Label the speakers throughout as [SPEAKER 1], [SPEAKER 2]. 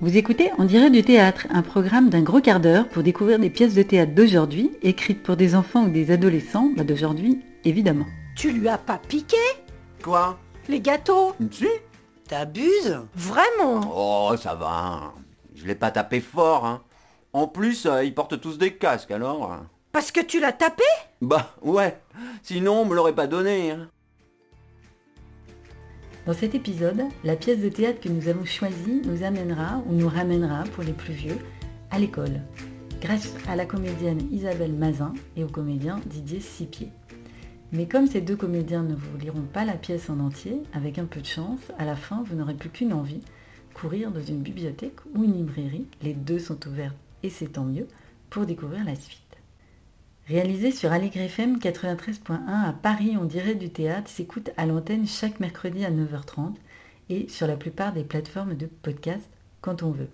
[SPEAKER 1] Vous écoutez On dirait du théâtre, un programme d'un gros quart d'heure pour découvrir des pièces de théâtre d'aujourd'hui, écrites pour des enfants ou des adolescents, bah d'aujourd'hui évidemment.
[SPEAKER 2] Tu lui as pas piqué
[SPEAKER 3] Quoi
[SPEAKER 2] les gâteaux
[SPEAKER 3] Si T'abuses
[SPEAKER 2] Vraiment
[SPEAKER 3] Oh, ça va. Je l'ai pas tapé fort, hein. En plus, euh, ils portent tous des casques, alors. euh.
[SPEAKER 2] Parce que tu l'as tapé
[SPEAKER 3] Bah, ouais. Sinon, on me l'aurait pas donné. hein.
[SPEAKER 1] Dans cet épisode, la pièce de théâtre que nous avons choisie nous amènera ou nous ramènera pour les plus vieux à l'école, grâce à la comédienne Isabelle Mazin et au comédien Didier Sipier. Mais comme ces deux comédiens ne vous liront pas la pièce en entier, avec un peu de chance, à la fin vous n'aurez plus qu'une envie, courir dans une bibliothèque ou une librairie, les deux sont ouvertes et c'est tant mieux, pour découvrir la suite. Réalisé sur Allegre FM 93.1 à Paris, on dirait du théâtre, s'écoute à l'antenne chaque mercredi à 9h30 et sur la plupart des plateformes de podcast quand on veut.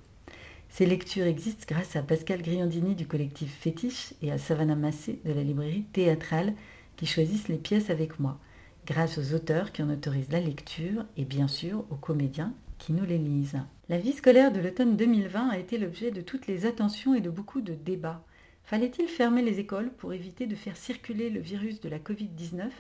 [SPEAKER 1] Ces lectures existent grâce à Pascal Griandini du collectif Fétiche et à Savannah Massé de la librairie théâtrale qui choisissent les pièces avec moi, grâce aux auteurs qui en autorisent la lecture et bien sûr aux comédiens qui nous les lisent. La vie scolaire de l'automne 2020 a été l'objet de toutes les attentions et de beaucoup de débats. Fallait-il fermer les écoles pour éviter de faire circuler le virus de la Covid-19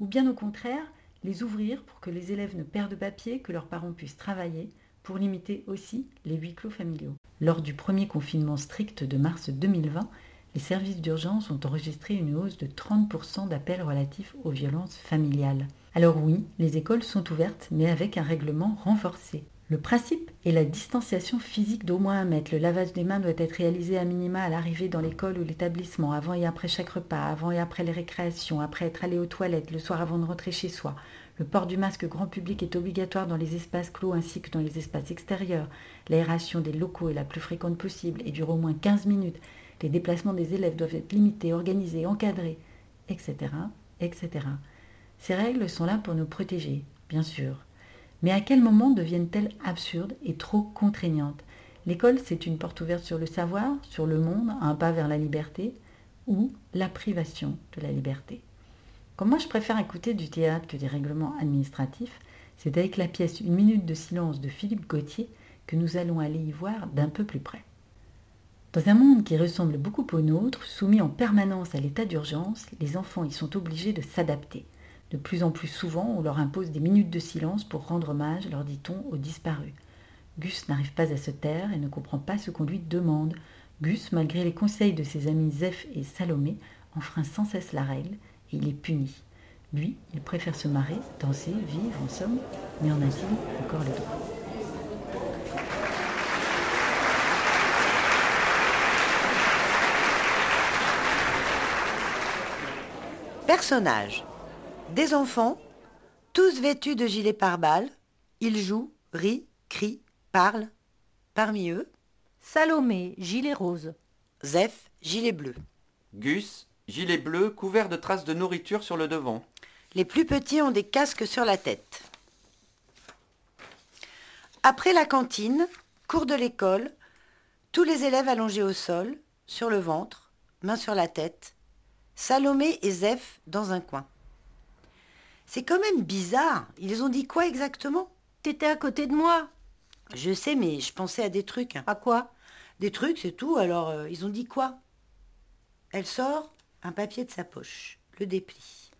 [SPEAKER 1] ou bien au contraire les ouvrir pour que les élèves ne perdent pas pied, que leurs parents puissent travailler pour limiter aussi les huis clos familiaux Lors du premier confinement strict de mars 2020, les services d'urgence ont enregistré une hausse de 30% d'appels relatifs aux violences familiales. Alors oui, les écoles sont ouvertes, mais avec un règlement renforcé. Le principe est la distanciation physique d'au moins un mètre. Le lavage des mains doit être réalisé à minima à l'arrivée dans l'école ou l'établissement, avant et après chaque repas, avant et après les récréations, après être allé aux toilettes, le soir avant de rentrer chez soi. Le port du masque grand public est obligatoire dans les espaces clos ainsi que dans les espaces extérieurs. L'aération des locaux est la plus fréquente possible et dure au moins 15 minutes. Les déplacements des élèves doivent être limités, organisés, encadrés, etc., etc. Ces règles sont là pour nous protéger, bien sûr. Mais à quel moment deviennent-elles absurdes et trop contraignantes L'école, c'est une porte ouverte sur le savoir, sur le monde, un pas vers la liberté, ou la privation de la liberté. Comme moi je préfère écouter du théâtre que des règlements administratifs, c'est avec la pièce Une minute de silence de Philippe Gauthier que nous allons aller y voir d'un peu plus près. Dans un monde qui ressemble beaucoup au nôtre, soumis en permanence à l'état d'urgence, les enfants y sont obligés de s'adapter. De plus en plus souvent, on leur impose des minutes de silence pour rendre hommage, leur dit-on, aux disparus. Gus n'arrive pas à se taire et ne comprend pas ce qu'on lui demande. Gus, malgré les conseils de ses amis Zeph et Salomé, enfreint sans cesse la règle et il est puni. Lui, il préfère se marrer, danser, vivre, en somme, mais en a-t-il encore le droit
[SPEAKER 4] Personnages. Des enfants, tous vêtus de gilets pare-balles, ils jouent, rient, crient, parlent. Parmi eux,
[SPEAKER 2] Salomé, gilet rose.
[SPEAKER 4] Zeph, gilet bleu.
[SPEAKER 3] Gus, gilet bleu couvert de traces de nourriture sur le devant.
[SPEAKER 4] Les plus petits ont des casques sur la tête. Après la cantine, cours de l'école, tous les élèves allongés au sol, sur le ventre, mains sur la tête, Salomé et Zeph dans un coin. C'est quand même bizarre, ils ont dit quoi exactement
[SPEAKER 2] T'étais à côté de moi.
[SPEAKER 4] Je sais, mais je pensais à des trucs.
[SPEAKER 2] À quoi
[SPEAKER 4] Des trucs, c'est tout, alors euh, ils ont dit quoi Elle sort un papier de sa poche, le déplie.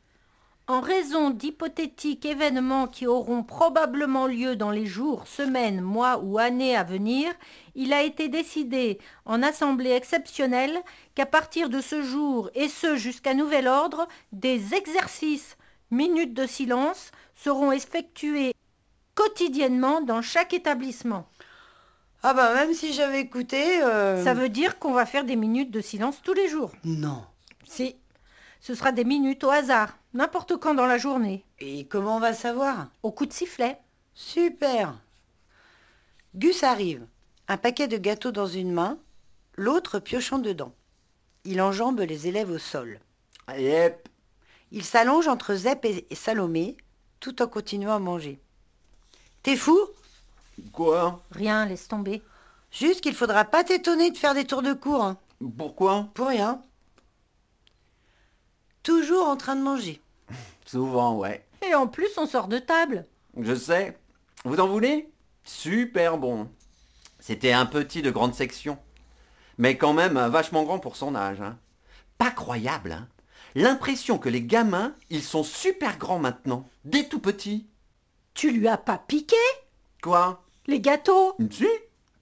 [SPEAKER 2] En raison d'hypothétiques événements qui auront probablement lieu dans les jours, semaines, mois ou années à venir, il a été décidé en assemblée exceptionnelle qu'à partir de ce jour et ce jusqu'à nouvel ordre, des exercices minutes de silence seront effectués quotidiennement dans chaque établissement.
[SPEAKER 4] Ah bah même si j'avais écouté... euh,
[SPEAKER 2] Ça veut dire qu'on va faire des minutes de silence tous les jours.
[SPEAKER 4] Non.
[SPEAKER 2] Si. Ce sera des minutes au hasard, n'importe quand dans la journée,
[SPEAKER 4] Et comment on va savoir
[SPEAKER 2] au coup de sifflet.
[SPEAKER 4] Super Gus arrive, un paquet de gâteaux dans une main, l'autre piochant dedans. Il enjambe les élèves au sol.
[SPEAKER 3] Yep.
[SPEAKER 4] Il s'allonge entre Zep et et Salomé, tout en continuant à manger. T'es fou
[SPEAKER 3] Quoi
[SPEAKER 2] Rien, laisse tomber.
[SPEAKER 4] Juste qu'il faudra pas t'étonner de faire des tours de cours. hein.
[SPEAKER 3] Pourquoi
[SPEAKER 4] Pour rien. Toujours en train de manger.
[SPEAKER 3] Souvent, ouais.
[SPEAKER 2] Et en plus, on sort de table.
[SPEAKER 3] Je sais. Vous en voulez Super bon. C'était un petit de grande section. Mais quand même euh, vachement grand pour son âge. hein. Pas croyable, hein. L'impression que les gamins, ils sont super grands maintenant, dès tout petits.
[SPEAKER 2] Tu lui as pas piqué
[SPEAKER 3] Quoi
[SPEAKER 2] les gâteaux
[SPEAKER 3] Si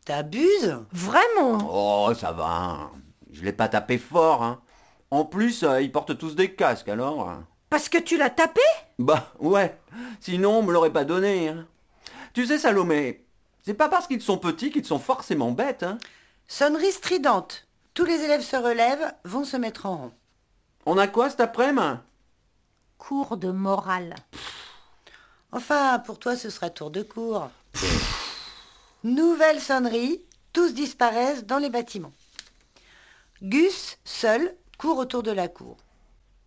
[SPEAKER 4] T'abuses
[SPEAKER 2] Vraiment
[SPEAKER 3] Oh, ça va. Je l'ai pas tapé fort, hein. En plus, euh, ils portent tous des casques, alors. euh.
[SPEAKER 2] Parce que tu l'as tapé
[SPEAKER 3] Bah, ouais. Sinon, on me l'aurait pas donné, hein. Tu sais, Salomé, c'est pas parce qu'ils sont petits qu'ils sont forcément bêtes, hein.
[SPEAKER 4] Sonnerie stridente. Tous les élèves se relèvent, vont se mettre en rang.
[SPEAKER 3] On a quoi cet après-midi
[SPEAKER 2] Cours de morale.
[SPEAKER 4] Enfin, pour toi, ce sera tour de cours. Nouvelle sonnerie, tous disparaissent dans les bâtiments. Gus, seul, court autour de la cour.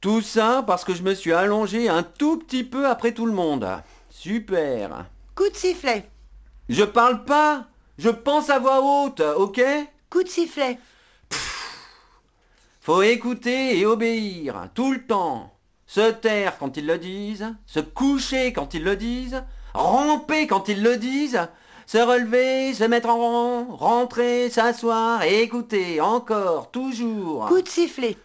[SPEAKER 3] Tout ça parce que je me suis allongé un tout petit peu après tout le monde. Super.
[SPEAKER 4] Coup de sifflet,
[SPEAKER 3] Je parle pas. Je pense à voix haute, ok
[SPEAKER 4] coup de sifflet,
[SPEAKER 3] Faut écouter et obéir, tout le temps. Se taire quand ils le disent, se coucher quand ils le disent, ramper quand ils le disent, se relever, se mettre en rang, rentrer, s'asseoir, et écouter, encore, toujours.
[SPEAKER 4] coup de sifflet,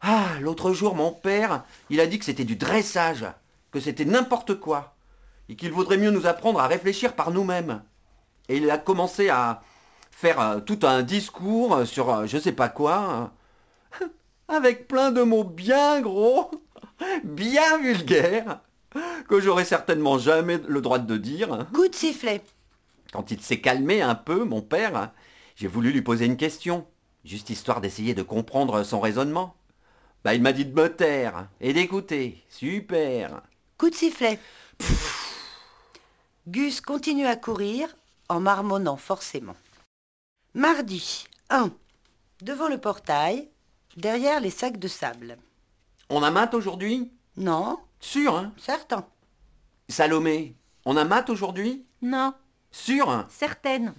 [SPEAKER 3] Ah, l'autre jour, mon père, il a dit que c'était du dressage, que c'était n'importe quoi, et qu'il vaudrait mieux nous apprendre à réfléchir par nous-mêmes. Et il a commencé à faire euh, tout un discours euh, sur euh, je sais pas quoi, euh, avec plein de mots bien gros, bien vulgaires, que j'aurais certainement jamais le droit de dire.
[SPEAKER 4] coup de sifflet,
[SPEAKER 3] Quand il s'est calmé un peu, mon père, j'ai voulu lui poser une question, juste histoire d'essayer de comprendre son raisonnement. Bah, il m'a dit de me taire et d'écouter. Super.
[SPEAKER 4] coup de sifflet. Gus continue à courir en marmonnant forcément. Mardi 1. Devant le portail, derrière les sacs de sable.
[SPEAKER 3] On a maths aujourd'hui
[SPEAKER 4] Non,
[SPEAKER 3] Sûr, hein
[SPEAKER 4] certain.
[SPEAKER 3] Salomé, on a maths aujourd'hui
[SPEAKER 2] Non,
[SPEAKER 3] Sûr, hein
[SPEAKER 2] certaine.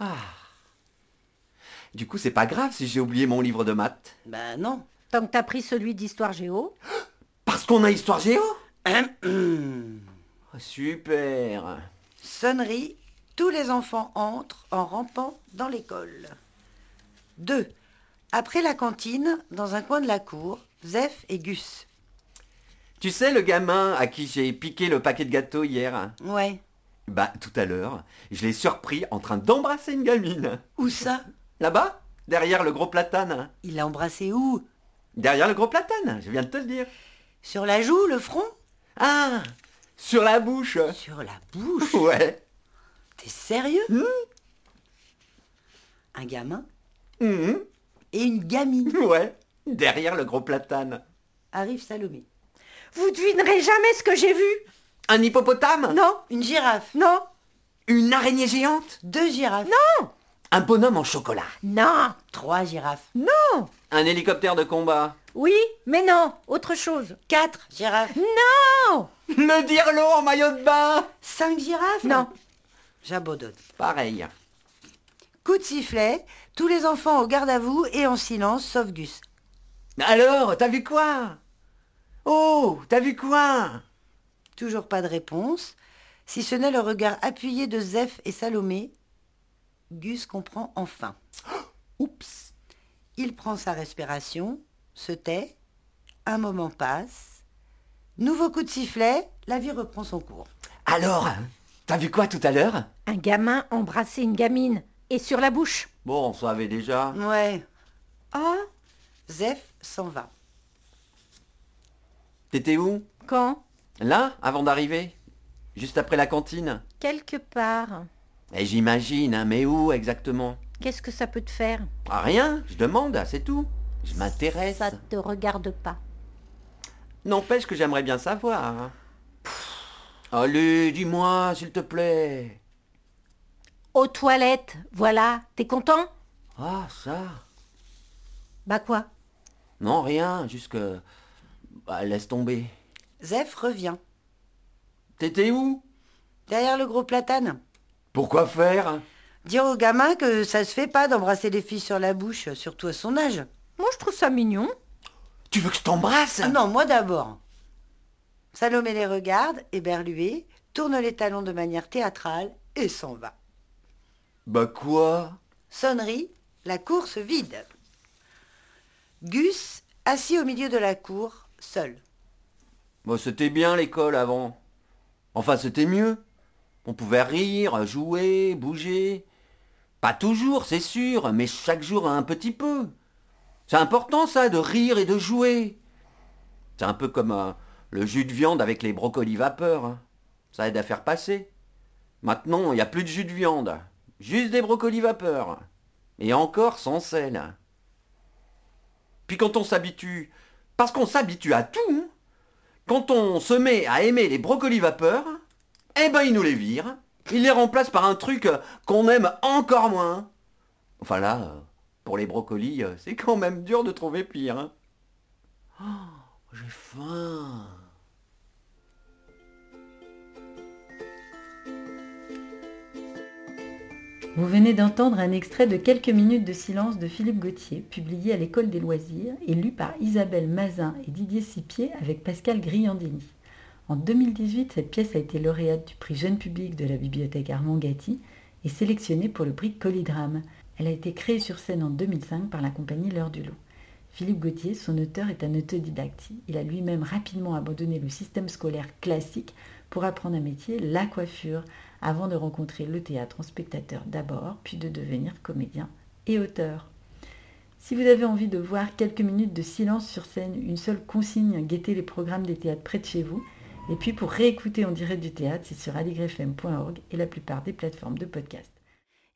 [SPEAKER 3] Ah. Du coup, c'est pas grave si j'ai oublié mon livre de maths.
[SPEAKER 4] Ben non.
[SPEAKER 2] Tant que t'as pris celui d'histoire géo.
[SPEAKER 3] Parce qu'on a histoire géo
[SPEAKER 4] Hum, hum.
[SPEAKER 3] Oh, Super.
[SPEAKER 4] Sonnerie, tous les enfants entrent en rampant dans l'école. 2. Après la cantine, dans un coin de la cour, Zeph et Gus.
[SPEAKER 3] Tu sais le gamin à qui j'ai piqué le paquet de gâteaux hier hein?
[SPEAKER 4] Ouais.
[SPEAKER 3] Bah, tout à l'heure, je l'ai surpris en train d'embrasser une gamine.
[SPEAKER 4] Où ça
[SPEAKER 3] Là-bas Derrière le gros platane. hein.
[SPEAKER 4] Il l'a embrassé où
[SPEAKER 3] Derrière le gros platane, je viens de te le dire.
[SPEAKER 4] Sur la joue, le front
[SPEAKER 3] Ah Sur la bouche
[SPEAKER 4] Sur la bouche
[SPEAKER 3] Ouais.
[SPEAKER 4] T'es sérieux
[SPEAKER 3] Hmm.
[SPEAKER 4] Un gamin
[SPEAKER 3] Mhm.
[SPEAKER 4] et une gamine,
[SPEAKER 3] Ouais. Derrière le gros platane.
[SPEAKER 4] arrive Salomé.
[SPEAKER 2] Vous devinerez jamais ce que j'ai vu
[SPEAKER 3] Un hippopotame
[SPEAKER 2] Non,
[SPEAKER 4] Une girafe,
[SPEAKER 2] non,
[SPEAKER 3] Une araignée géante
[SPEAKER 4] deux girafes,
[SPEAKER 3] Un bonhomme en chocolat
[SPEAKER 2] non.
[SPEAKER 4] trois girafes,
[SPEAKER 3] Un hélicoptère de combat
[SPEAKER 2] Oui, mais non, autre chose. Oh.
[SPEAKER 4] quatre girafes,
[SPEAKER 2] Non
[SPEAKER 3] Le dirlo en maillot de bain
[SPEAKER 4] cinq girafes
[SPEAKER 2] Non.
[SPEAKER 4] J'abandonne.
[SPEAKER 3] Pareil.
[SPEAKER 4] Coup de sifflet, tous les enfants au garde à vous et en silence, sauf Gus.
[SPEAKER 3] Alors, t'as vu quoi Oh, t'as vu quoi
[SPEAKER 4] Toujours pas de réponse, si ce n'est le regard appuyé de Zeph et Salomé. Gus comprend enfin.
[SPEAKER 2] Oh
[SPEAKER 3] Oups.
[SPEAKER 4] Il prend sa respiration, se tait, un moment passe. Nouveau coup de sifflet, la vie reprend son cours.
[SPEAKER 3] Alors, t'as vu quoi tout à l'heure
[SPEAKER 2] Un gamin embrasser une gamine. Et sur la bouche.
[SPEAKER 3] Bon, on savait déjà.
[SPEAKER 4] Ouais,
[SPEAKER 2] Ah
[SPEAKER 4] Zeph s'en va.
[SPEAKER 3] T'étais où
[SPEAKER 2] Quand
[SPEAKER 3] Là, avant d'arriver Juste après la cantine
[SPEAKER 2] Quelque part.
[SPEAKER 3] Et j'imagine, hein, mais où exactement
[SPEAKER 2] Qu'est-ce que ça peut te faire
[SPEAKER 3] Ah rien, je demande, hein, c'est tout. Je m'intéresse.
[SPEAKER 2] Ça te regarde pas.
[SPEAKER 3] N'empêche que j'aimerais bien savoir. hein. Allez, dis-moi, s'il te plaît.
[SPEAKER 2] Aux toilettes, voilà. T'es content
[SPEAKER 3] Ah, ça
[SPEAKER 2] Bah quoi
[SPEAKER 3] Non, rien, juste que... Bah, laisse tomber.
[SPEAKER 4] Zeph revient.
[SPEAKER 3] T'étais où
[SPEAKER 4] Derrière le gros platane.
[SPEAKER 3] Pourquoi faire
[SPEAKER 4] Dire aux gamins que ça se fait pas d'embrasser les filles sur la bouche, surtout à son âge.
[SPEAKER 2] Moi je trouve ça mignon.
[SPEAKER 3] Tu veux que je t'embrasse
[SPEAKER 4] Ah non, moi d'abord. Salomé les regarde, éberluée, tourne les talons de manière théâtrale et s'en va.
[SPEAKER 3] Bah quoi
[SPEAKER 4] Sonnerie, la cour se vide. Gus, assis au milieu de la cour, seul.
[SPEAKER 3] Bah c'était bien l'école avant. Enfin c'était mieux. On pouvait rire, jouer, bouger. Pas toujours, c'est sûr, mais chaque jour un petit peu. C'est important ça, de rire et de jouer. C'est un peu comme euh, le jus de viande avec les brocolis vapeur. hein. Ça aide à faire passer. Maintenant, il n'y a plus de jus de viande. Juste des brocolis vapeur. Et encore sans sel. Puis quand on s'habitue, parce qu'on s'habitue à tout, hein. quand on se met à aimer les brocolis vapeur, eh ben ils nous les virent. Ils les remplacent par un truc euh, qu'on aime encore moins. Enfin là, euh, pour les brocolis, euh, c'est quand même dur de trouver pire. hein. Oh, j'ai faim.
[SPEAKER 1] Vous venez d'entendre un extrait de Quelques minutes de silence de Philippe Gauthier, publié à l'École des loisirs et lu par Isabelle Mazin et Didier Sipier avec Pascal Griandini. En 2018, cette pièce a été lauréate du prix Jeune Public de la bibliothèque Armand Gatti et sélectionnée pour le prix Colidrame. Elle a été créée sur scène en 2005 par la compagnie L'heure du loup. Philippe Gauthier, son auteur, est un autodidacte. Il a lui-même rapidement abandonné le système scolaire classique pour apprendre un métier, la coiffure avant de rencontrer le théâtre en spectateur d'abord, puis de devenir comédien et auteur. Si vous avez envie de voir quelques minutes de silence sur scène, une seule consigne, guettez les programmes des théâtres près de chez vous. Et puis pour réécouter en direct du théâtre, c'est sur aligrefm.org et la plupart des plateformes de podcast.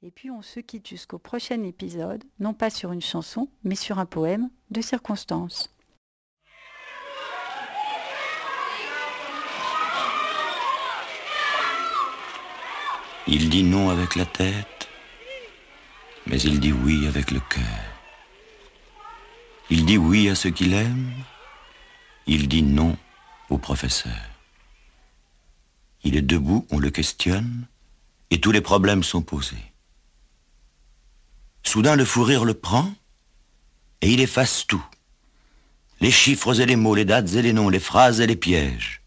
[SPEAKER 1] Et puis on se quitte jusqu'au prochain épisode, non pas sur une chanson, mais sur un poème de circonstance.
[SPEAKER 5] Il dit non avec la tête, mais il dit oui avec le cœur. Il dit oui à ce qu'il aime, il dit non au professeur. Il est debout, on le questionne, et tous les problèmes sont posés. Soudain, le fou rire le prend, et il efface tout. Les chiffres et les mots, les dates et les noms, les phrases et les pièges.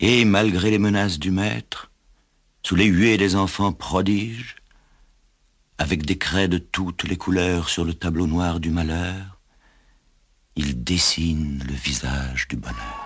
[SPEAKER 5] Et malgré les menaces du maître, sous les huées des enfants prodiges, avec des craies de toutes les couleurs sur le tableau noir du malheur, il dessine le visage du bonheur.